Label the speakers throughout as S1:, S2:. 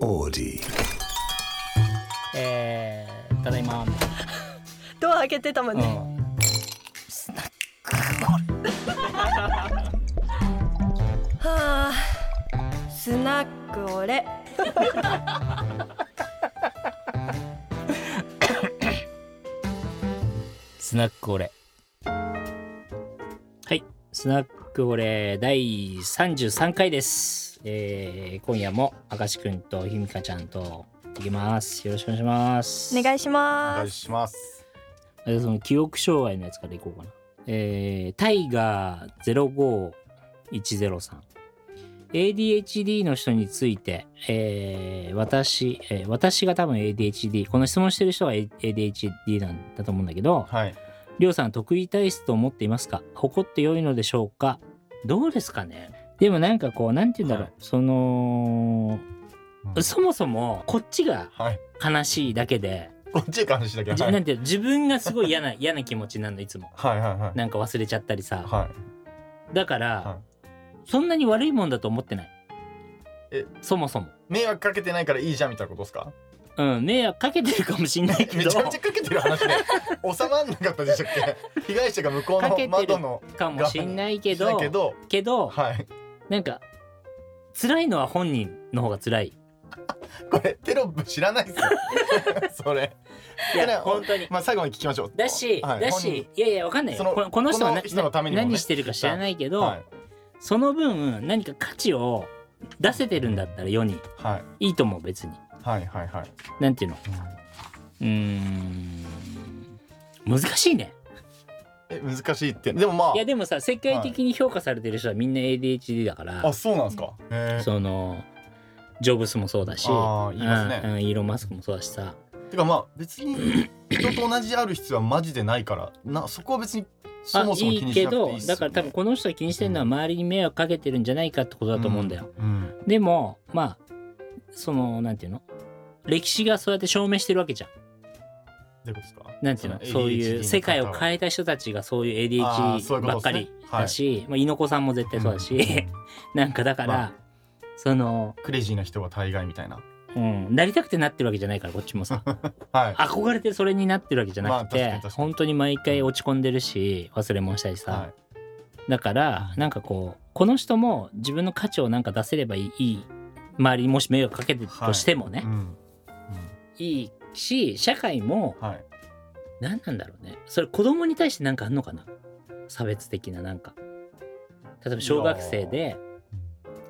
S1: オーディ
S2: えー、ただいま、
S3: ドア開けてたもん
S2: う
S3: ね、
S2: ん、
S3: はあスナックオレ
S2: スナックオレはいスナックオレ第33回ですえー、今夜も明石くんとひみかちゃんといきますよろしくお願いします
S3: お願いし
S4: お
S3: ま
S4: 願い
S3: す
S4: します。
S2: えーその記憶障害のやつからいこうかな。えータイガー05103。ADHD の人について、えー私、えー私が多分 ADHD、この質問してる人が ADHD なんだと思うんだけど、
S4: はい。
S2: りょうさん得意体質と思っていますか誇って良いのでしょうかどうですかねでもなんかこう、なんて言うんだろう、
S4: はい
S2: その、
S4: うん
S2: そもそもこっちが
S4: はい。
S2: 悲しいだけで、
S4: こっち感じだけ
S2: じ
S4: ど。
S2: な
S4: は
S2: ん
S4: い。
S2: て言う自分がすごい嫌な、 嫌な気持ちになるの、いつも。
S4: はいはいはい。
S2: なんか忘れちゃったりさ、
S4: はい。
S2: だから、
S4: は
S2: そんなに悪いもんだと思ってない
S4: え
S2: そもそも
S4: 迷惑かけてないからいいじゃんみたいなことですか。
S2: うん迷惑かけてるかもしんないけ
S4: め
S2: ど
S4: ちゃめちゃかけてる話で。収まんなかったでしたっけ。被害者が向こう
S2: かけて
S4: の
S2: る
S4: 窓の。
S2: かもしんないけど
S4: だけど。
S2: けど
S4: はい。
S2: なんか辛いのは本人の方が辛い
S4: これテロップ知らないですよ。 それ。
S2: い
S4: それ
S2: や
S4: は
S2: 本当に
S4: まあ最後に聞きましょう。
S2: だし、
S4: はい本
S2: だ。
S4: 人
S2: しいやいやわかんないよ
S4: その
S2: このこの人はな
S4: この人のためにもね
S2: 何してるか知らないけど、
S4: はい。
S2: その分何か価値を出せてるんだったら世に
S4: はい。
S2: いいと思う別に
S4: はいはいはい。
S2: なんていうの
S4: うん
S2: うーん難しいね
S4: え難しいって。でもま
S2: いや
S4: あ。
S2: でもさ世界的に評価されてる人はみんな ADHD だから、
S4: あそうなんですか。へー
S2: そのジョブスもそうだし
S4: あー言いますね
S2: うんうんイーロン・マスクもそうだしさ
S4: てかまあ別に人と同じである必要はマジでないからなそこは別にそもそも
S2: あ
S4: 気
S2: い
S4: にし
S2: いけ
S4: なくていいっすよ、
S2: ど
S4: ね、
S2: だから多分この人が気にしてるのは
S4: うん
S2: 周りに迷惑かけてるんじゃないかってことだと思うんだよ、
S4: うん、
S2: でもまあそのなんていうの歴史がそうやって証明してるわけじゃん
S4: どういうことですか
S2: なんていうの
S4: その
S2: そうい
S4: ADHD
S2: う
S4: の
S2: 世界を
S4: え
S2: 変えた人たちがそういう
S4: あーそうい
S2: ADHD
S4: うこ
S2: ば
S4: とで
S2: っ
S4: す
S2: か
S4: ね
S2: りだしまあ猪子、さんも絶対そうだし、 なんかだから、
S4: まあ
S2: その、
S4: クレイジーな人は大概みたいな
S2: うん、なりたくてなってるわけじゃないからこっちもさ
S4: はい
S2: 憧れてそれになってるわけじゃな
S4: まあ
S2: くて、
S4: 確かに確かに
S2: 本当に毎回落ち込んでるし忘れ物したりさ、
S4: は
S2: だからなんかこうこの人も自分の価値をなんか出せればいいいい周りにもし迷惑かけてるとしてもね、
S4: い、うんうん、
S2: い、いし社会も
S4: はい
S2: 何なんだろうねそれ子供に対してなんかあんのかな差別的ななんか例えば小学生で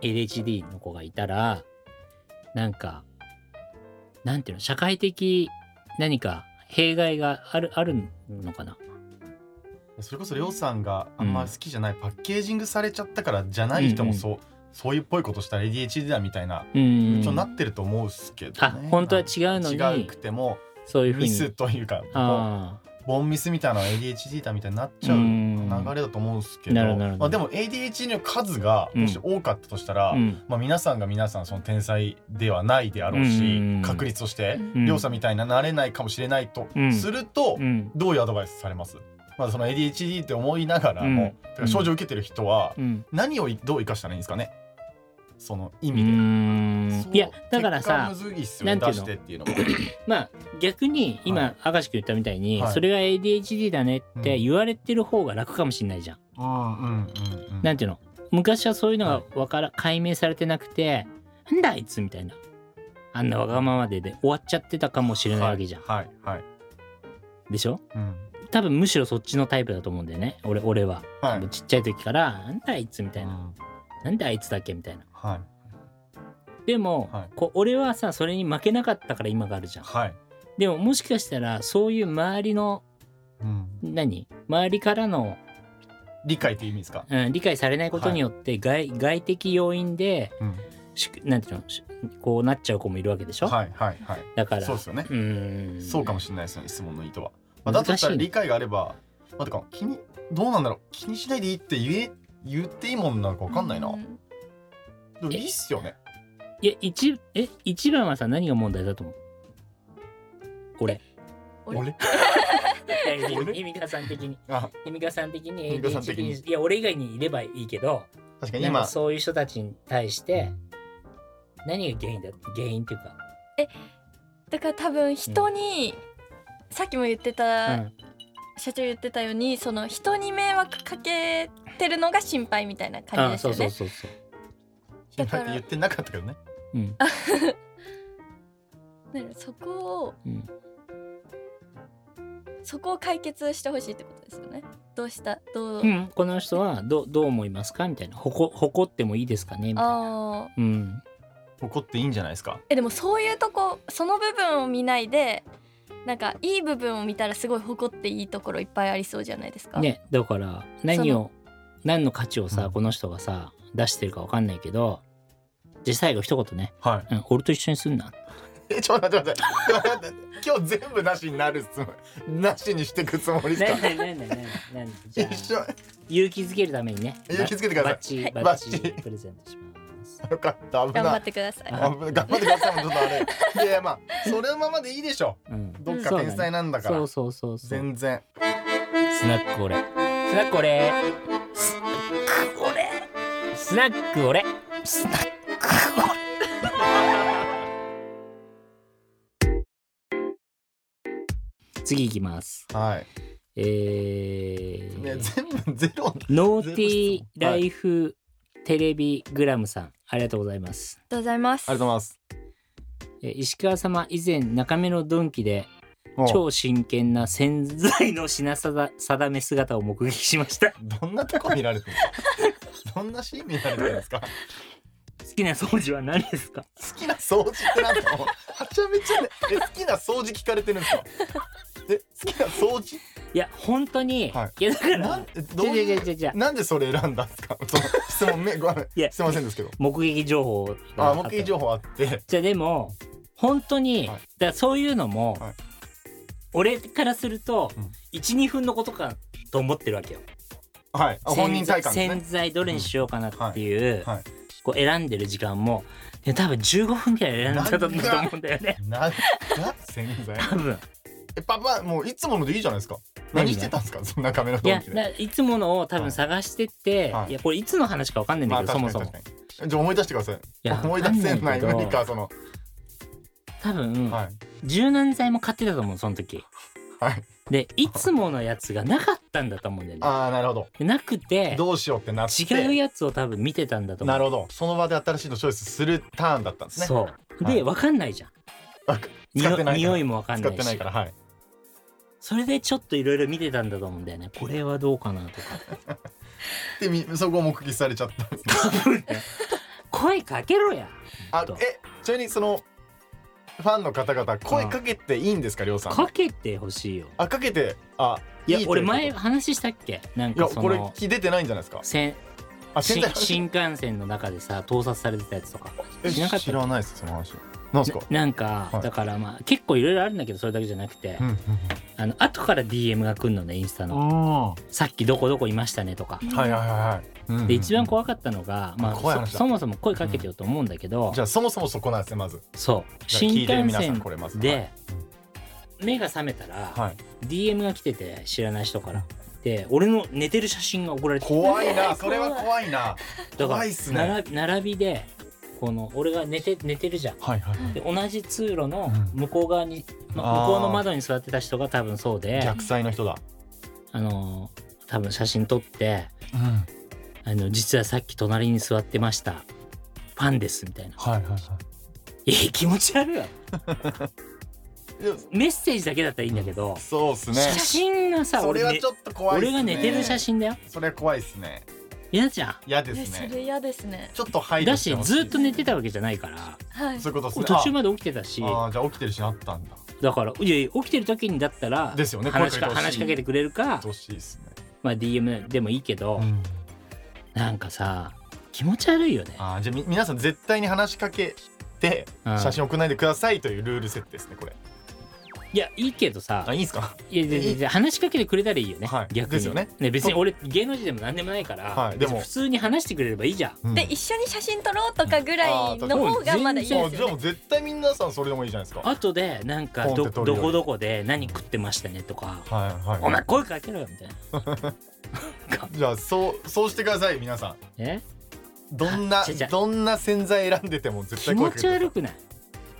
S2: ADHD の子がいたらなんかなんていうの社会的何か弊害があるあるのかな
S4: それこそりょうさんがあんま好きじゃない、パッケージングされちゃったからじゃない人もそう、そういうっぽいことしたら ADHD だみたいな
S2: う
S4: 風
S2: ん
S4: 潮になってると思うっすけど、ね
S2: あ本当は違うのに
S4: 違うくても
S2: そういうふうに
S4: ミスというか
S2: ああ
S4: ボンミスみたいなのは ADHD だみたいになっちゃう流れだと思うんですけど
S2: なるほどなるほど
S4: まあ、でも ADHD の数が
S2: うん
S4: もし多かったとしたら、
S2: うん
S4: まあ、皆さんが皆さんその天才ではないであろうし、
S2: うん
S4: 確率として
S2: うん
S4: りょうさんみたいななれないかもしれないと
S2: うん
S4: すると、
S2: うん
S4: どういうアドバイスされますまあその ADHD って思いながら
S2: う
S4: も
S2: ん、
S4: だから症状を受けてる人は
S2: うん
S4: 何をいどう生かしたらいいんですかねその意
S2: う
S4: 味で。
S2: ん
S4: そう
S2: いやだからさ
S4: 結果むずいっすよね
S2: なん
S4: 出
S2: ていうの
S4: してっていうのも。
S2: まあ逆に
S4: は
S2: 今明石君言ったみたいに
S4: はい
S2: それが ADHD だねって言われてる方が楽かもしれないじゃん。
S4: うんうんうんうん
S2: なんていうの昔はそういうのがわから解明されてなくて「なんだあいつ」みたいなあんなわがままでで終わっちゃってたかもしれないわけじゃん。
S4: はいはいはい。
S2: でしょ
S4: うん
S2: 多分むしろそっちのタイプだと思うんだよね俺俺は。
S4: はい
S2: ちっちゃい時から「なんだあいつ」みたいな
S4: うん
S2: 「なんであいつだっけ」みたいな。
S4: はい
S2: でも、
S4: はい
S2: こう俺はさそれに負けなかったから今があるじゃん。
S4: はい。
S2: でももしかしたらそういう周りの
S4: うん、
S2: 何周りからの、
S4: 理解って意味ですか。
S2: うん、理解されないことによって外,、外的要因で
S4: うん、
S2: しなんていうのしこうなっちゃう子もいるわけでしょ、
S4: はいはいはい。
S2: だから
S4: そうですよね。
S2: うーん
S4: そうかもしれないですよね。質問の意図は。まあ、だと
S2: 難
S4: し
S2: しい
S4: たら
S2: ね
S4: 理解があれば、まあ、てか気にどうなんだろう。気にしないでいいって言え言っていいもんなのかわかんないな。
S3: う
S4: でもいいっすよね。
S2: いや一え一番はさ何が問題だと思う俺
S3: 俺
S4: 俺？俺
S2: ひみかさん的に
S4: あ、
S2: ひみかさん的に
S4: ひみかさん
S2: ADHD
S4: 的に
S2: にいや俺以外にいればいいけど
S4: 確かに
S2: なんか
S4: 今
S2: そういう人たちに対して何が原因だ原因っていうか、
S3: だから多分人に、さっきも言ってた、
S2: うん
S3: 社長言ってたようにその人に迷惑かけてるのが心配みたいな感じ
S2: あ
S3: です
S2: そ
S3: よ
S2: う
S3: ね。
S2: そうそうそ
S4: 心配
S2: う、
S3: だか
S4: っ
S3: ら
S4: て言ってなかったけどね
S2: うん
S3: だからそこを
S2: うん、
S3: そこを解決してほしいってことですよね。どうしたどう、
S2: うんこの人はどどう思いますかみたいなほこ誇ってもいいですかねみたいな、
S3: ああ
S2: うん、
S4: 怒っていいんじゃないですか
S3: えでもそういうとこその部分を見ないでなんかいい部分を見たらすごい誇っていいところいっぱいありそうじゃないですか。
S2: ねだから何
S3: そ
S2: を何の価値をさ、
S4: うん
S2: この人がさ出してるかわかんないけどで最後一言ね、
S4: はい
S2: うん「俺と一緒にすんな
S4: えちょっと待って待って待って 今日全部なしになるつもりなしにしてくつもり」ですか
S2: んだなんだなんだじゃあ
S4: 一緒
S2: 勇気づけるためにね
S4: 勇気づけてください
S2: バッチリ
S4: はい
S2: バッチ
S4: バ
S2: リ
S4: ッチリ
S2: プレゼントします
S4: よかった危
S3: 頑張
S4: な
S3: っ
S4: い
S3: てください。
S2: あ
S4: 危ない頑張ってくださいもうちょっとあれいやいやまあそれのままでいいでしょ
S2: うん
S4: どっか
S2: そうだね
S4: 天才なんだから
S2: そうそうそうそう
S4: 全然
S2: スナックオレスナックオレスナックオレスナックオレスナックオレ次いきます
S4: はい
S2: えー
S4: ね全部ゼロ
S2: ノーティーライフテレビグラムさん、ありがとうございます
S3: ありがとうございます。
S4: ありがとうございます
S2: えー石川様以前中目のドンキで
S4: もう
S2: 超真剣な潜在の品定め姿を目撃しました
S4: どんなとこ見られてるの どんなシーン見られてるんですか好
S2: 好きな掃除は何ですか
S4: きな掃除ってなんだもうはちゃめちゃねえ好きな掃除聞かれてるんですかえ好きな掃除
S2: いや本当に、、
S4: はい
S2: やだか
S4: なん
S2: ら
S4: えどう
S2: 違う
S4: いう
S2: 違違う違う
S4: なんでそれ選んだんですかその質問めごめん
S2: いや
S4: すいませんですけど
S2: 目撃情報が
S4: あ目撃情報あって
S2: じゃあでも本当に、
S4: はい
S2: だからそういうのも、
S4: はい
S2: 俺からすると、
S4: うん
S2: 12分のことかと思ってるわけよ
S4: はいあ本人体感です
S2: 潜
S4: ね
S2: 在潜在どれにしようかなっていう、
S4: はいはい
S2: こう選んでる時間もいや多分15分ぐらい選んだと思うと思うんだよね
S4: なんだ潜在
S2: 多分
S4: えパパもういつものでいいじゃないですか何してたんですかそんなカメラ
S2: い
S4: ドン
S2: や
S4: キで
S2: だいつものを多分探してって、、
S4: はいい
S2: やこれいつの話かわかんないんだけど、そもそも
S4: に確かにじゃあ思い出してください
S2: いや
S4: 思い出せない
S2: わかん
S4: 無
S2: ない
S4: 理
S2: けど
S4: かその
S2: 多分、
S4: はい
S2: 柔軟剤も買ってたと思うその時
S4: はい
S2: でいつものやつがなかったんだと思うんだよね
S4: ああなるほど
S2: でなくて
S4: どうしようってなって
S2: 違うやつを多分見てたんだと思う
S4: なるほどその場で新しいのチョイスするターンだったんですね
S2: そう
S4: はい
S2: で分かんないじゃん
S4: わか
S2: に
S4: 使ってないから
S2: お匂いも分かん
S4: 使
S2: な
S4: っ
S2: い
S4: てない
S2: し
S4: からはい
S2: それでちょっといろいろ見てたんだと思うんだよねこれはどうかなと か
S4: でみそこを目撃されちゃったんですね
S2: 声かけろや
S4: あ
S2: と
S4: えちなみにそのファンの方々声かけていいんですかりょうさん
S2: かけてほしいよ
S4: あかけてあ
S2: いや
S4: いいということ
S2: 俺前話したっけなん
S4: いや
S2: かそ
S4: これ
S2: の
S4: 聞いててないんじゃないですか
S2: せん
S4: あ
S2: し
S4: 潜在
S2: 新幹線の中でさ盗撮されてたやつとか
S4: え
S2: しなかった
S4: 知らないですその話なんすか
S2: ななんか、
S4: はい
S2: だからまあ結構いろいろあるんだけどそれだけじゃなくて、
S4: うんうん
S2: あの後から DM が来るのねインスタ
S4: う
S2: の、
S4: んあ
S2: さっきどこどこいましたねとか、
S4: ーはいはいはいはい
S2: で一番
S4: 怖
S2: 怖かったのが、まあ、
S4: 怖い
S2: そ
S4: 話だ
S2: そもそも声かけてよと思うんだけど、
S4: じゃあそもそもそこなんですねまず
S2: そう
S4: じゃあ聞
S2: 新
S4: いてる
S2: 幹
S4: 皆さん
S2: 線
S4: これまず
S2: で目が覚めたら、
S4: はい
S2: DM が来てて知らない人から。で俺の寝てる写真が送られてき
S4: 怖いなそれは怖いな
S2: だから
S4: 怖いっすね
S2: 並び並びでこの俺が寝て寝てるじゃん
S4: はいはい
S2: で同じ通路の
S4: う
S2: 向こう側に、ま
S4: あー
S2: 向こうの窓に座ってた人が多分そうで
S4: 逆妻の人だ
S2: あのー多分写真撮って
S4: うん
S2: あの実はさっき隣に座ってましたファンですみたいな
S4: はいはいはい
S2: や気持ち悪いわ
S4: いでも
S2: メッセージだけだったらいいんだけど、
S4: そうっすね
S2: 写真がさ
S4: それ
S2: 俺,、
S4: は
S2: ね
S4: ち、ょっと怖いっす
S2: 俺
S4: ね
S2: が寝てる写真だよ
S4: それは怖いっすね
S2: 嫌じゃん
S4: 嫌で
S3: え
S4: す
S3: そ
S4: ね
S3: れ嫌ですね。
S4: ちょっと配慮
S2: だ
S4: して
S2: し
S4: ほしい
S2: ずっと寝てたわけじゃないから
S3: はい。
S4: そういうことっすね
S2: 途中まで起きてたし
S4: ああーじゃあ起きてるしあったんだ
S2: だからいやいや起きてる時にだったら
S4: ですよね
S2: 話しか
S4: 声かけてほしい
S2: 話しかけてくれるか、
S4: どしいっすね
S2: まあ、DM でもいいけど、
S4: うん
S2: なんかさ気持ち悪いよね
S4: あーじゃあみ皆さん絶対に話しかけて
S2: うん
S4: 写真送らないでくださいというルール設定ですねこれ
S2: いやいいけどさ
S4: あいいっすか
S2: いやいやいやいや話しかけてくれたらいいよね、
S4: はい
S2: 逆に
S4: ですよね
S2: 別に俺芸能人でも何でもないから、
S4: はいでも
S2: 別に普通に話してくれればいいじゃ
S4: う
S2: ん
S4: ん
S3: で一緒に写真撮ろうとかぐらいの方がまだいいです
S4: あ
S3: よ
S4: じゃあも
S3: ね
S4: う。絶対皆さんそれでもいいじゃないですか
S2: 後でなんか
S4: ポン
S2: ど
S4: って取るよ
S2: ど
S4: り
S2: こどこで何食ってましたねとか
S4: はいはい
S2: お前声かけろよみたいな
S4: じゃあそうそうしてください皆さん
S2: え
S4: どんな
S2: あ違う違う
S4: どんな洗剤選んでても絶
S2: 気
S4: 対声
S2: 持
S4: かけ
S2: ち
S4: てください
S2: 悪くない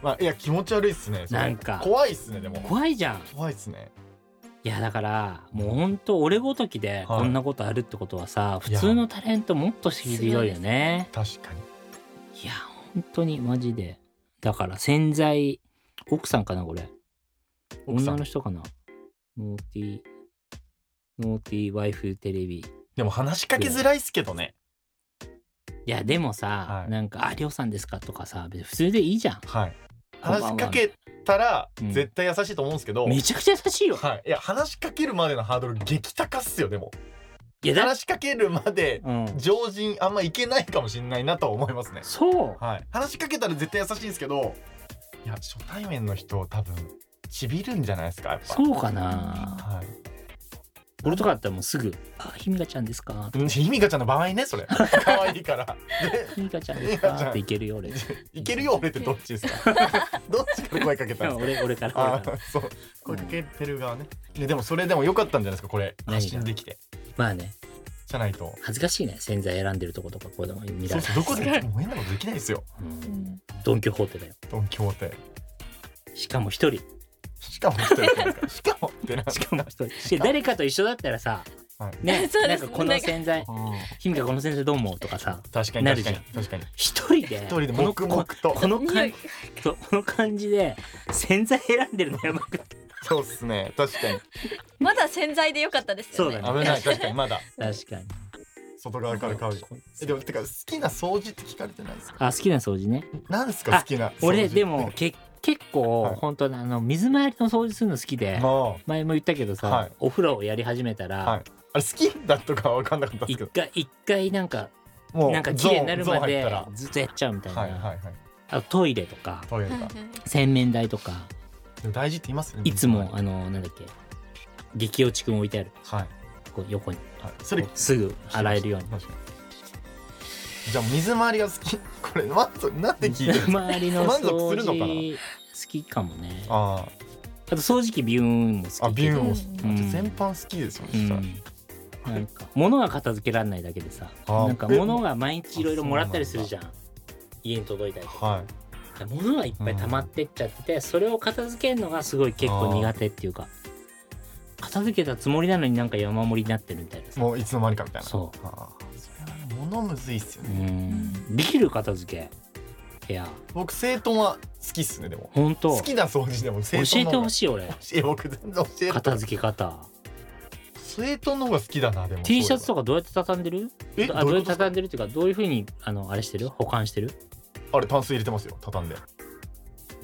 S4: まあいや気持ち悪いっすねそれ
S2: なんか
S4: 怖いっすねでも
S2: 怖いじゃん
S4: 怖いっすね
S2: いやだからもうほんと俺ごときでこんなことあるってことはさ、普通のタレントもっとひどいよね
S4: 確かに
S2: いや本当にマジでだから洗剤奥さんかなこれ
S4: 奥さ
S2: 女
S4: ん
S2: の人かなノーティーノーティーワイフテレビい
S4: でも話しかけづらいっすけどね
S2: やでもさ、
S4: はい
S2: なんか「ありょうさんですか?」とかさ別に普通でいいじゃん
S4: はい
S2: こんばんは
S4: 話しかけたら
S2: うん
S4: 絶対優しいと思うんですけど、
S2: めちゃくちゃ優しいよ
S4: はい、いや話しかけるまでのハードル激高っすよでも
S2: いやだ
S4: 話しかけるまで
S2: うん
S4: 常人あんまいけないかもしんないなとは思いますね
S2: そう
S4: はい話しかけたら絶対優しいんですけどいや初対面の人多分ちびるんじゃないですかやっぱ
S2: そうかな
S4: はい
S2: 俺とかだったらもうすぐ「あひみかちゃんですか?」
S4: うんひみかちゃんの場合ね それ可愛いからで
S2: ひみかちゃんですか?」っていけるよ俺
S4: いけるよ俺ってどっちです かどっちから声かけたんですか
S2: 俺俺から俺
S4: あ
S2: から
S4: ーそう声かけてる側ねででもそれでも良かったんじゃないですかこれ
S2: 何が
S4: 発信できて
S2: まあね
S4: じゃないと
S2: 恥ずかしいね洗剤選んでるとことかこうでも見ら
S4: そう
S2: れ
S4: そ
S2: た
S4: う
S2: ら
S4: どこでもう変なことできないですよ
S2: うん
S3: うん
S2: ドン・キホーテだよ
S4: ドン・キホーテ
S2: しかも一人
S4: しかも一人じゃないですか しかもってな
S2: しかも一人で誰かと一緒だったらさ、
S4: はい
S2: ね
S3: そう
S2: な
S3: で
S2: ん
S3: す
S2: かこの洗剤ひみかこの洗剤どう思うとかさ
S4: 確かに
S2: なる
S4: 確
S2: じ
S4: か
S2: ゃん
S4: に確かに
S2: 一人で
S4: 一人で
S2: この
S4: 黙々と
S2: ここの
S3: 匂
S2: 感
S3: い
S2: そうこの感じで洗剤選んでるのやばくて
S4: そうっすね確かに
S3: まだ洗剤でよかったですよね
S2: そうだね
S4: 危ない 確かにまだ
S2: 確かに
S4: 外側から買うよえでもてか好きな掃除って聞かれてないですか
S2: あ好きな掃除ね
S4: 何ですか好きな掃除
S2: 俺でもけ結構、
S4: はい
S2: 本当にあの水回りの掃除するの好きで、
S4: もう
S2: 前も言ったけどさ、
S4: はい
S2: お風呂をやり始め
S4: は
S2: たら
S4: いあれ好きだとかは分かんなかったんです
S2: 一、
S4: けど
S2: 回一回なんか
S4: も
S2: なんか綺麗になるま
S4: ゾーン入った
S2: で
S4: ら
S2: ずっとやっちゃうみたいな、
S4: はいはいはい
S2: あとトイレとか
S4: トイレ
S3: はい
S4: が
S3: はい
S2: 洗面台とか
S4: でも大事って言いますよね
S2: いつもあのなんだっけ激落ちくん置いてある
S4: はい
S2: こう横に
S4: はいそれ
S2: すぐ洗えるように
S4: 確かにじゃあ水回りが好きこれマットなんで聞いてるんですか
S2: 周りの
S4: 満足
S2: 掃
S4: するのかな
S2: 除好きかもねあ
S4: あ
S2: と掃除機ビューンも
S4: ああ
S2: 好き
S4: ビ
S2: け
S4: ュー
S2: ど
S4: ンも好き
S2: うん
S4: じゃあ全般好きですよね、そ
S2: う
S4: したら
S2: んなんか物が片付けられないだけでさ
S4: あー
S2: なんか
S4: え
S2: 物が毎日いろいろもらったりするじゃん家に届いたりとか
S4: はい
S2: 物がいっぱい溜まってっちゃってて、それを片付けるのがすごい結構苦手っていうか片付けたつもりなのになんか山盛りになってるみたいなさ
S4: もういつの間にかみたいな
S2: そ
S4: ああそれはね物むずいっすよ
S2: うう
S4: ね、
S2: んできる片付け部屋
S4: 僕整頓は好きっすねでも
S2: ほんと
S4: 好きな掃除でも
S2: 教
S4: 整
S2: え
S4: 頓の方
S2: てほ
S4: が
S2: しい俺
S4: え僕全然教えて
S2: 片付け方
S4: 整頓の方が好きだなでも
S2: T シャツと
S4: か
S2: かどうやって畳んでる
S4: えど
S2: あど
S4: う
S2: う
S4: いう
S2: やって
S4: ことですか
S2: 畳んでるっていうかどういうふうにあのあれしてる保管してる
S4: あれタンス入れてますよ畳んで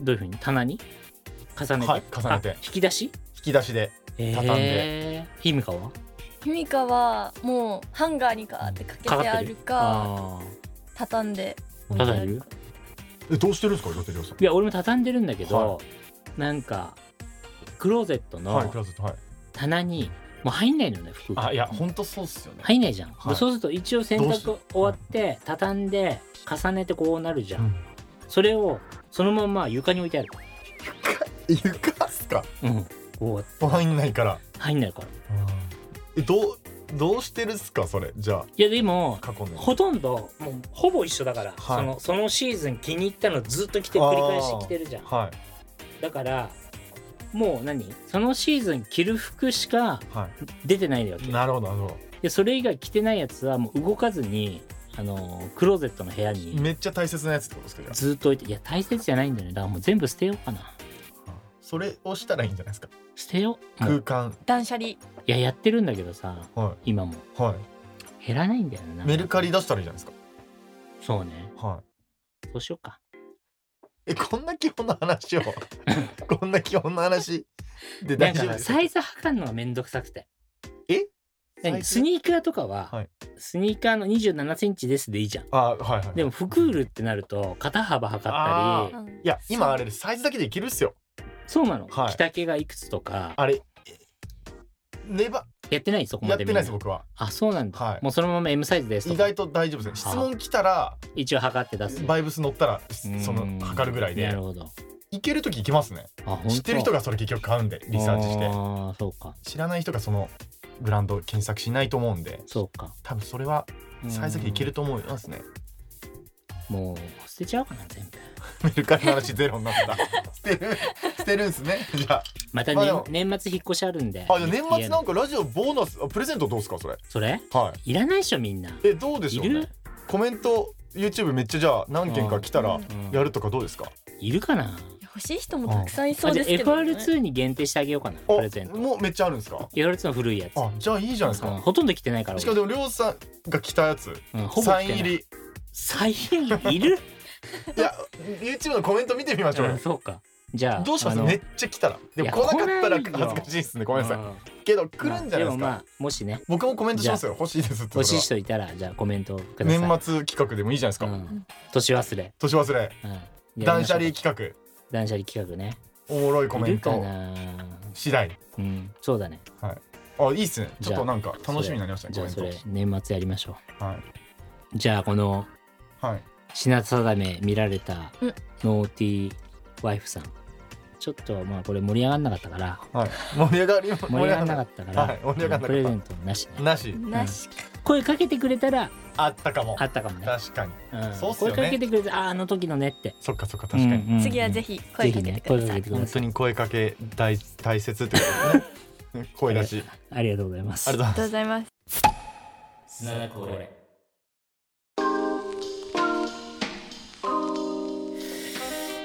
S2: どういうふうに棚に重ねて、
S4: はい重ねて
S2: あ引き出し
S4: 引き出しで畳んで
S2: えー、ひみかは
S3: ひみかはもうハンガーにかーってかけて
S2: かかってる
S3: あるか
S2: あ
S3: 畳んで
S2: ー
S4: うん
S2: 畳んでる
S4: えどうしてるんですか伊達亮さ
S2: いや俺も畳んでるんだけど、なんかクローゼット
S4: んはい
S2: の
S4: クラスはい
S2: 棚にもう入んないのね服が
S4: あいや本当そうっすよね
S2: 入んないじゃん、
S4: はい
S2: そうすると一応洗
S4: どうする
S2: 濯終わって畳んで重ねてこうなるじゃ、
S4: うんん
S2: それをそのまんま床に置いてある
S4: 床っすか
S2: うんこう
S4: 入んないから
S2: 入んないから
S4: えどうどうしてるっすかそれじゃ
S2: いやでも
S4: あ過去の
S2: ほとんどもうほぼ一緒だから、
S4: はい
S2: そのそのシーズン気に入ったのずっと着て繰り返し着てるじゃん
S4: はい
S2: だからもう何そのシーズン着る服しか
S4: は
S2: 出てないわけ
S4: いなるほどなるほ
S2: でそれ以外着てないやつはもう動かずにあのークローゼットの部屋
S4: ど
S2: に
S4: めっちゃ大切なやつってことですかじゃあ
S2: ずっと置いていや大切じゃないんだよねだからもう全部捨てようかな
S4: それをしたらいいんじゃないですか
S2: 捨てようも
S4: 空
S2: う
S4: 間
S3: 断捨離
S2: いややってるんだけどさ
S4: は
S2: 今も
S4: いは
S2: 減らないんだよねなん
S4: い
S2: か
S4: メルカリ出したらいいじゃないです
S2: そうね
S4: かはい
S2: そうしようか
S4: えこんな基本の話 をこんな基本の話で大
S2: なん
S4: 丈夫で
S2: か
S4: すか
S2: サイズ測るのがめんどくさくて
S4: え
S2: 何ス
S4: サイズ
S2: ニーカーとかは、
S4: はい
S2: スニーカーの2 7センチですでいいじゃん
S4: あはいはい
S2: でも服売るってなると肩幅測ったり
S3: うん
S4: いや今あれサイズだけでいけるっすよ
S2: そうなの、
S4: はい
S2: 着丈がいくつとか
S4: あれネバ
S2: やってないそこ
S4: や
S2: ま
S4: ってな
S2: で
S4: い
S2: みんな
S4: です僕は
S2: あそうなんだ、
S4: はい
S2: もうそのまま M サイズですと
S4: 意
S2: か
S4: 外と大丈夫ですね質問来たら
S2: 一応測って出す
S4: バイブス乗ったらそうの
S2: ん
S4: 測るぐらい
S2: な
S4: で
S2: るほど
S4: いける時いきますね
S2: あ本当
S4: 知ってる人がそれ結局買うんでリサーチして
S2: ああそうか
S4: 知らない人がそのブランドを検索しないと思うんで
S2: そうか
S4: 多分それは
S2: うん
S4: サイズだけいけると思いますね
S2: もう捨てちゃおうかな全部
S4: メルカリの話ゼロになった。捨てる、捨てるんすね。じゃ
S2: また、
S4: まあ
S2: ね
S4: でも
S2: 年末引っ越しあるんで
S4: あ、あじゃあ年末な
S2: 家
S4: ん
S2: の
S4: かラジオボーナス、あプレゼントどうですかそれ。
S2: それ
S4: はい。
S2: らないでしょみんない
S4: え、どうでしょう
S2: い
S4: ね
S2: る。
S4: コメント YouTube めっちゃじゃあ何件か来たら
S3: うん
S4: やるとかどうですか。
S2: いるかな
S3: 欲しい人もたくさんいそ
S2: あ
S3: う
S2: じゃ
S3: で
S2: あ
S3: すけど、ね、
S2: FR2 に限定してあげようかな
S4: あ
S2: プレゼント
S4: もうめっちゃあるんですか。
S2: FR2 の古いやつ
S4: あ、じゃあいいじゃないです
S2: うん
S4: か。
S2: ほとんど着てないから
S4: しかもでもりょうさんが来たやつ、
S2: 俺うんほぼ
S4: サ
S2: 着
S4: イ
S2: て
S4: ン
S2: ない
S4: 入り。
S2: サイン入 りいる
S4: いや、YouTube のコメント見てみましょう
S2: う
S4: よ
S2: ん。そうかじゃあ
S4: どうします
S2: あの
S4: めっちゃ来たら。でも来なかったら
S2: いや来ないよ
S4: 恥ずかしいですね。ごめんなさ
S2: う
S4: い。けど来るんじゃないで
S2: ますあでもま
S4: か。
S2: あもしね
S4: 僕もコメントしますよ。欲しいですって。
S2: 欲しい人いたらじゃあコメントください
S4: 年末企画でもいいじゃないですか、
S2: うん、年忘れ、
S4: 年忘れ
S2: うん、
S4: 断捨離企
S2: 断捨離企画ね
S4: 画おもろいコメ
S2: いる
S4: ン
S2: か
S4: ト
S2: な
S4: 次第
S2: うんそうだね
S4: あいいっすねちょっ
S2: じゃあ
S4: となんか楽しみになりましたね
S2: じ
S4: コ
S2: ゃ
S4: メン
S2: あそ
S4: ト
S2: れ年末やりましょ
S4: は
S2: うじゃあこの
S4: い、はい、
S2: 品定め見られた
S3: うん
S2: ノーティーワイフさんちょっとまあこれ盛り上がんなかったから
S4: はい、盛り上がり
S2: 盛り上がんなか
S4: っ
S2: ったから、
S4: はい盛り上がんなかった
S2: プレゼントなしね
S4: なし
S3: なしか、
S2: 声かけてくれたら
S4: あったかも
S2: あったかもね、
S4: 確かに
S2: うん
S4: そうっすよね
S2: 声かけてくれたああの時のねって
S4: そっかそっか確かに、
S2: うんうん
S3: 次はぜひ声かけてく
S2: ぜ
S3: だ
S2: ひね声かけ
S3: さい
S2: てください
S4: 本当に声かけ大大切ってことです ね声出し
S2: ありがとうございます
S4: ありがとうござい
S3: あ
S4: ま
S3: りがとう
S4: す
S3: ございます
S2: 砂田これ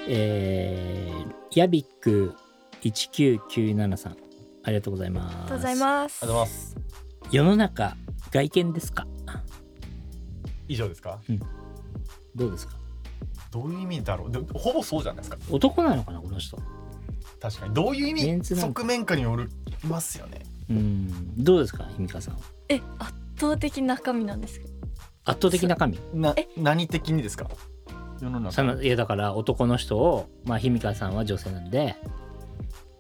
S2: えー、ヤビック1997さんありがとうございます
S3: ありがとうございます
S4: ありがとうございます
S2: 世の中外見ですか
S4: 以上ですか
S2: どうですか
S4: どういう意味だろうでもほぼそうじゃないですか
S2: 男なのかなこの人
S4: 確かにどういう意
S2: メン
S4: 味
S2: ツなんか
S4: 側面かによりますよね
S2: うんどうですかひみかさん
S3: え圧倒的中身なんですけど
S2: 圧倒的な神
S4: な
S3: え
S4: 何的にですか世の中
S2: そのいやだから男の人をまあひみかさんは女性なんで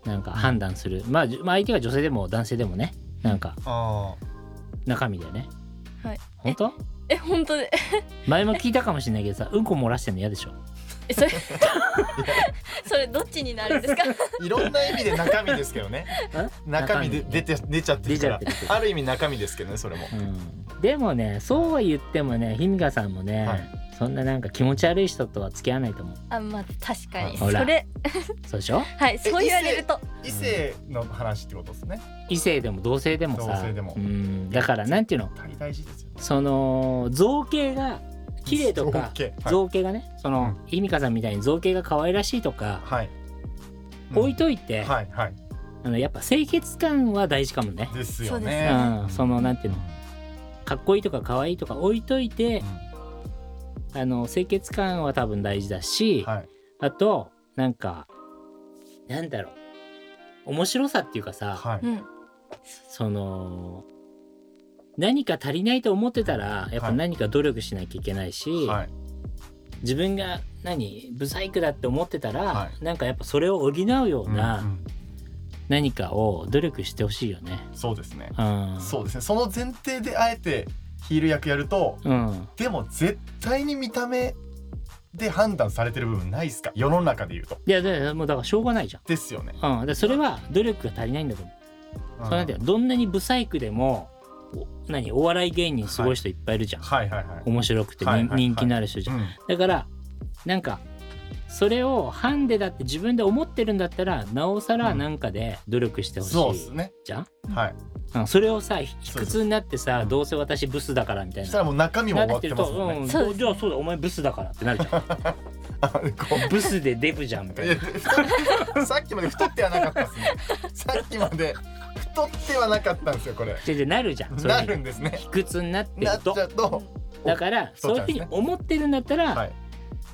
S2: なんか判断する、まあ、じまあ相手が女性でも男性でもねなんか
S4: あ
S2: 中身だよね
S3: はい
S2: 本当
S3: え本当で
S2: 前も聞いたかもしれないけどさうんこ漏らしてんの嫌でしょ
S3: えそれ それどっちになるんで すか
S4: あいろんな意味で中身ですけどね中身で
S2: 中身
S4: 出て出ちゃって
S2: 出
S4: るか
S2: ちゃっ
S4: ら
S2: てるけど
S4: ある意味中身ですけどねそれも
S2: うん、でもねそうは言ってもねひみかさんもね、
S4: はい
S2: そんななんか気持ち悪い人とは付き合わないと思う
S3: あまあ確かに
S2: ほ
S3: そ
S2: ら
S3: れ
S2: そうでしょ
S3: はいそう言われると
S4: 異性の話ってことですね
S2: 異性でも同性でもさ
S4: 同性でも
S2: うん、だからなんていうの
S4: 大大事ですよね
S2: その造形が綺麗と
S4: 造
S2: か
S4: 形はい
S2: 造形がねその、
S4: う
S2: ひみかさんみたいに造形が可愛らしいとか、
S4: はい
S2: 置いといて、
S4: うんはいはい
S2: あのやっぱ清潔感は大事かもね
S4: ですよ
S3: そうです
S4: ね
S3: ね
S2: うんそのなんていうのかっこいいとか可愛いとか置いといて
S4: う、ん
S2: あの清潔感は多分大事だし、
S4: はい
S2: あとなんかなんだろう面白さっていうかさ、
S4: は
S3: う
S4: い
S3: ん
S2: その何か足りないと思ってたらやっぱ
S4: はい
S2: 何か努力しなきゃいけないし、
S4: はい
S2: 自分が何不細工だって思ってたら、
S4: は
S2: なんかやっぱそれを補うよう
S4: う
S2: なん何かを努力してほしいよね。
S4: うんそうですね
S2: うん、
S4: そうですねその前提であえてヒール役やると
S2: うん、
S4: でも絶対に見た目で判断されてる部分ないですか世の中で言うと
S2: いやだからもうだからしょうがないじゃん。
S4: ですよね
S2: うん、だからそれは努力が足りないんだと思う。
S4: うん
S2: そうなんていうのどんなに不細工でもお何お笑い芸人すごい人いっぱいいるじゃん、
S4: はいはいはい
S2: 面白くて、
S4: はい
S2: 人
S4: はい
S2: 人気のある人じゃん、
S4: うん
S2: だからなんかそれをハンデだって自分で思ってるんだったらなおさら
S4: うん
S2: なんかで努力してほし
S4: そうで
S2: い
S4: すね
S2: じゃん、
S4: はい
S2: うんそれをさひ卑
S4: そう
S2: 屈になってさ
S4: うん
S2: どうせ私ブスだからみたい
S4: そ
S2: な
S4: したらもう中身も終
S2: な
S4: わっ
S2: っ
S4: てて
S2: る
S4: ま
S2: と、
S4: すもんね
S2: うん
S3: そうですね
S2: じゃあそうだお前ブスだからってなる じゃん
S4: あこ
S2: ブスでデブじゃんみた
S4: うい
S2: いな
S4: や太 さっきまで太ってはなかったですねさっきまで太ってはなかったんですよこれ
S2: ででなるじゃんそれ
S4: な
S2: に
S4: るんですね
S2: 卑屈になってる
S4: なっち
S2: と
S4: ゃうと
S2: だから
S4: そ
S2: そうう
S4: ち
S2: い
S4: ゃですね
S2: うんふうに思ってるんだったら、
S4: はい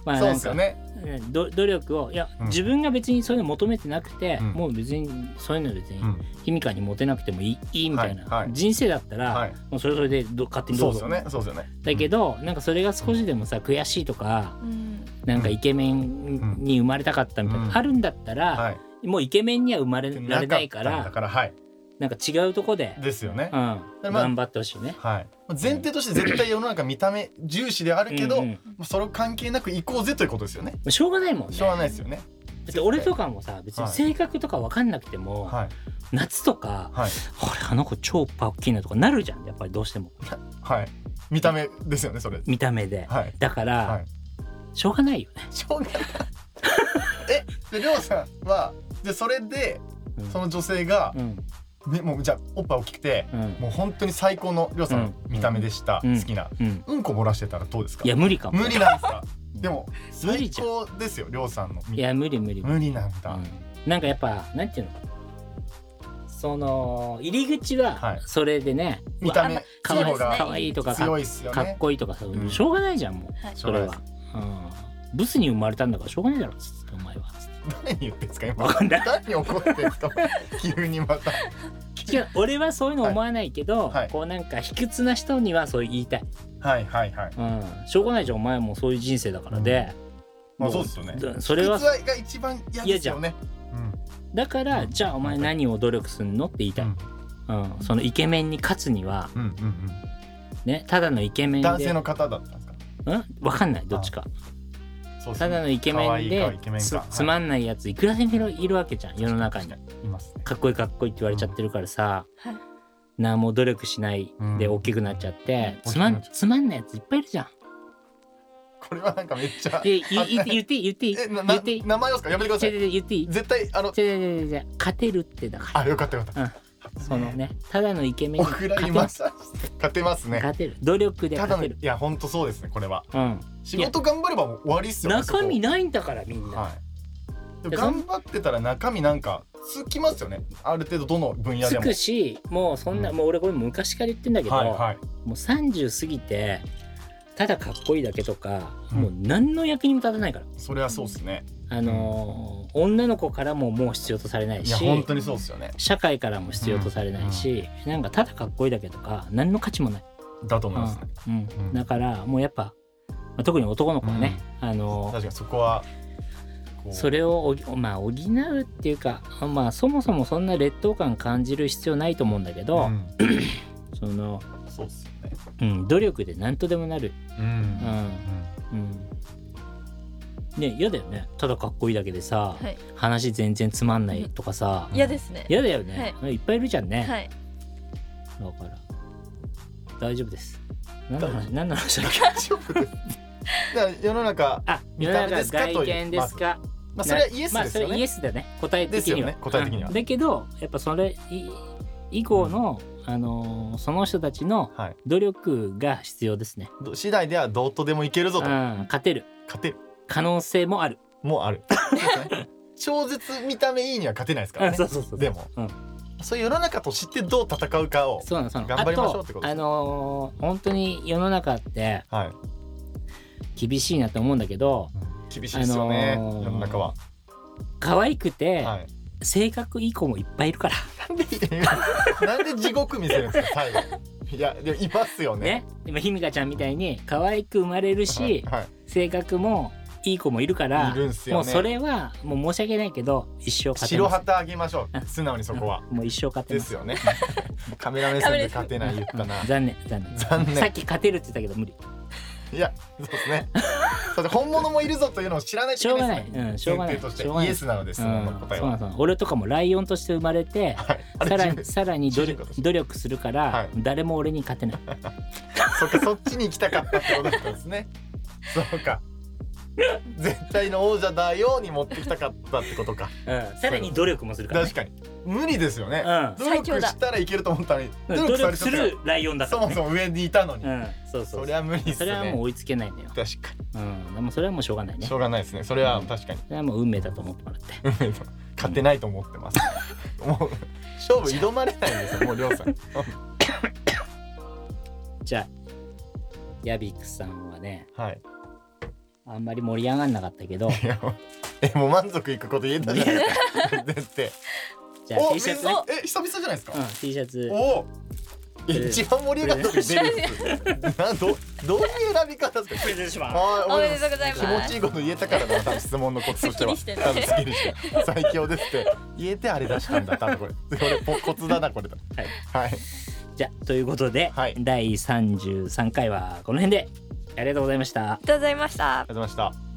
S2: まあ
S4: そう
S2: な
S4: で
S2: ん
S4: す
S2: か
S4: よね
S2: うんど努力をいや、
S4: うん
S2: 自分が別にそういうの求めてなくて、
S4: うん
S2: もう別にそういうの別に
S4: うん
S2: 卑弥呼にモテなくてもいいいいみたいな、
S4: はいはい
S2: 人生だったら、
S4: はい
S2: もうそれぞれでど勝手に
S4: そ
S2: ど
S4: う
S2: う
S4: で
S2: ぞ
S4: すよねそうですよね
S2: だけど、なんかそれが少しでもさ悔しいとか
S3: うん
S2: なんかイケメンに生まれたかったみたいな、
S4: うん
S2: あるんだったら、
S4: はい
S2: もうイケメンには生まれ
S4: で
S2: られない
S4: な
S2: か
S4: ったん
S2: ら
S4: だからはい
S2: なんか違うとこで、
S4: ですよね
S2: うん
S4: らまあ
S2: 頑張ってほしいね。
S4: はい前提として絶対世の中見た目重視であるけど
S2: うんう
S4: も
S2: ん
S4: うそれを関係なく行こうぜということですよね
S2: しょうがないもんね
S4: しょうがないですよね
S2: だって俺とかもさ別に性格とか分かんなくても、
S4: はい
S2: 夏とか
S4: はい
S2: 「あれあの子超パッキーな」とかなるじゃんやっぱりどうしても
S4: はい見た目ですよねそれ
S2: 見た目で。
S4: はい
S2: だから、
S4: はい
S2: しょうがないよね。
S4: しょうがないえでりょうさんはでそれで
S2: うん
S4: その女性が、
S2: うん
S4: ね、もうじゃあおっぱい大きくて
S2: うん
S4: もう本当に最高のりょうさんの見た目でした、
S2: うん
S4: 好きな
S2: うん、
S4: うんこ漏らしてたらどうですか
S2: いや無理かも。
S4: 無理なんです か
S2: うん
S4: でも
S2: 無
S4: 最
S2: 理じゃん。
S4: 高ですよりょうさんの
S2: いや無理無理無理
S4: 無理なんだ、
S2: うんなんかやっぱなんていうのその入り口
S4: は
S2: はいそれでね、
S4: 見た
S2: うわ
S4: 目
S2: かわい
S3: そ
S2: い
S3: うですね
S2: かわいいとかか
S4: 強いっすよ
S2: かっ
S4: ね
S2: こいいとかさ、
S4: うん
S2: しょうがないじゃんもう
S3: はい
S2: それは、うん、ブスに生まれたんだからしょうがないだろつってお前 はつって
S4: 誰に言ってんすか今
S2: わかんない
S4: 誰に怒ってんす か急にまた
S2: 違う俺はそういうの思わないけど、
S4: はいはい
S2: こうなんか卑屈な人にはそう言いたい、
S4: はいはいはい
S2: うん、しょうがないじゃんお前もそういう人生だからで、
S4: まあ
S2: も
S4: そうっすよね
S2: それは
S4: 実愛が一番嫌ですよね
S2: だから
S4: うん
S2: じゃあお前何を努力すんのって言いたい、
S4: うん
S2: うんそのイケメンに勝つには
S4: うんうんうん
S2: ねただのイケメ
S4: う
S2: ン
S4: ん
S2: で
S4: 男性の方だったんですか
S2: うん、わかんないどっちか
S4: そうっす
S2: た
S4: ね
S2: だのイケメン
S4: 可愛い
S2: で
S4: かイケメンか
S2: つ
S4: はい
S2: つまんないやついくらでもいるわけじゃん世の中に
S4: 確かにいますね
S2: かっこいいかっこいいって言われちゃってるからさ、
S3: はい
S2: 何も努力しないで
S4: うん
S2: 大きくなっちゃって、
S4: うん
S2: つま
S4: 大
S2: ん
S4: きくなっちゃう
S2: つまんないやついっぱいいるじゃん。
S4: これはなんかめっちゃ
S2: でいいい言っていい言っていい
S4: えな
S2: 言
S4: な
S2: っていい
S4: 名前ですかやめてくださ
S2: 違う
S4: い
S2: 違う言っていい
S4: 絶対あの
S2: 違う違う違う違う勝てるってだか
S4: あよかったよかった
S2: らそのねただのイケメン
S4: お
S2: に勝
S4: ふら
S2: て
S4: に
S2: る
S4: マッサージして勝てますね
S2: 勝てる努力で
S4: ただ
S2: 勝
S4: の
S2: て
S4: い
S2: る。
S4: や本当そうですねこれは
S2: うん、
S4: 仕事頑張ればもう終わりっすよねそこ
S2: 中身ないんだからみんな、
S4: はい。でも
S2: でそん
S4: 頑張ってたら中身なんかつきますよね。ある程度どの分野
S2: つ
S4: でも。
S2: くしもうそんな、
S4: うん
S2: もう俺これ昔から言ってんだけど、
S4: はいはい。
S2: もう30過ぎてただかっこいいだけとか、
S4: うん
S2: もう何の役にも立たないから
S4: それはそうですね。
S2: あのー女の子からももう必要とされない
S4: い
S2: し
S4: や本当にそうですよね。
S2: 社会からも必要とされないし、なんかただかっこいいだけとか何の価値もない、
S4: だと
S2: う
S4: 思いますね。
S2: んうん
S4: うん
S2: だからもうやっぱ、まあ特に男の子はね、あの
S4: 確かにそこは。こう
S2: それをおぎまあ補うっていうかまあそもそもそんな劣等感感じる必要ないと思うんだけど、
S4: うん
S2: その、
S4: そうっすよね。
S2: うん、努力で何とでもなる、
S4: うん
S2: うんうん、ね嫌だよねただかっこいいだけでさ、
S3: はい
S2: 話全然つまんないとかさ
S3: 嫌ですね
S2: 嫌だよね、い、っぱいいるじゃんね、
S3: はい
S2: だから大丈夫です何の
S4: 大丈
S2: 話何の話 だっけ
S4: 大丈夫です。だから世の中、
S2: あ
S4: 見
S2: 世
S4: た
S2: の
S4: 目です
S2: 中
S4: かという
S2: 外見ですか
S4: まあそれはイエス
S2: まあ
S4: です
S2: それ
S4: よ
S2: イエ
S4: ね。
S2: スだね答え的
S4: です
S2: に
S4: よ
S2: は
S4: ね答え的には
S2: うんだけどやっぱそれい以降の、あのーその人たちの
S4: はい。
S2: 努力が必要ですね、
S4: ど次第ではどうとでもいける
S2: う
S4: ぞ
S2: ん、
S4: と
S2: 勝てる
S4: 勝てる
S2: 可能性もある、
S4: もある。そうですね 超絶見た目いいには勝てないですから
S2: あそう
S4: ね。
S2: そうそう
S4: でも
S2: うん、
S4: そういう世の中としてどう戦うかを。
S2: そうなのそうなの
S4: 頑張りましょうってこと
S2: あ
S4: ですね
S2: のー本当に世の中って
S4: はい。
S2: 厳しいなと思うんだけど
S4: 厳しいですよね、
S2: あのー
S4: 世の中は。
S2: 可愛くて、
S4: はい、
S2: 性格いい子もいっぱいいるから
S4: なんで地獄見せるんですか最後に。いやでもいますよね。
S2: ね今ひみかちゃんみたいに可愛く生まれるし、
S4: はい
S2: 性格もいい子もいるから
S4: いるんすよね
S2: もうそれはもう申し訳ないけど一生勝て
S4: 白
S2: ます
S4: 旗あげましょう素直にそこは。
S2: もう一生勝て
S4: で
S2: ますす
S4: よね。 カメラ目線で勝てない言っ
S2: う
S4: た
S2: ん
S4: な。
S2: 残念残念
S4: 残念
S2: さっき勝てるって言ったけど無理
S4: いやそうですね。それで本物もいるぞというのを知らないとい
S2: しょう
S4: け
S2: が
S4: な
S2: ないい
S4: ですね。
S2: うんしょうがない
S4: 前提とし
S2: しょうがな
S4: て
S2: い
S4: イエスなのです、
S2: う
S4: その
S2: ん
S4: 答え
S2: そうな
S4: は。
S2: の俺とかもライオンとして生まれて
S4: はい、あれ
S2: さら
S4: 自
S2: に
S4: 分
S2: さらに
S4: 主人
S2: 努
S4: 公
S2: 力
S4: として
S2: 努力するから、
S4: はい
S2: 誰も俺に勝 てない
S4: そっかそっちに行きたかったってことだったんですね。 そうか。絶対の王者だよに持ってきたかったって ことか。
S2: うんさらに努力もするから、ね
S4: 確、かに無理ですよね。
S2: う
S4: 努
S3: 最強
S4: 力
S3: だ
S4: したらいけると思ったのに
S2: ん、
S4: 努
S2: 努
S4: 力さ
S2: 力
S4: れちゃ
S2: す
S4: ったよ
S2: るライオンだか
S4: そ
S2: ら、
S4: も
S2: ね、
S4: そも上にいたのに、
S2: うんそうそう
S4: そりゃ無理ですね
S2: それはもう追いつけないのよ、
S4: 確か
S2: うん、でもそれはもうしょうがない
S4: に
S2: ね
S4: しょうがないですねそれは確かに、
S2: それはもう運命だと思ってもらって
S4: 運命と勝てないと思ってます、もう勝負挑まれないんですよもうりょうさ ん
S2: じゃあヤビクさんはね
S4: はい
S2: あんまり盛り上がんなかった けど
S4: いやもうえもう満足いくこと言えたじゃないです か絶対
S2: じゃあ T シャツね、
S4: みんなえ久々じゃないですか、
S2: うん、T シャツ
S4: おお
S2: えー
S4: 一番盛り上がった時出る やつなどどういう選び方ですか
S2: プレゼントします
S4: あー
S3: おめでとうござい
S4: 気
S3: ま
S4: 持
S3: す
S4: ちいいこと言えたからだな多分質問のコツとしては
S3: すっきりしてね
S4: 多分すっきりして 最強ですって言えてあれ出したんだ多分これこれポコツだなこれだ
S2: はい
S4: はい
S2: じゃあということで、
S4: はい
S2: 第33回はこの辺でありがとうございました
S3: ありがとうございました
S4: ありがとうございました。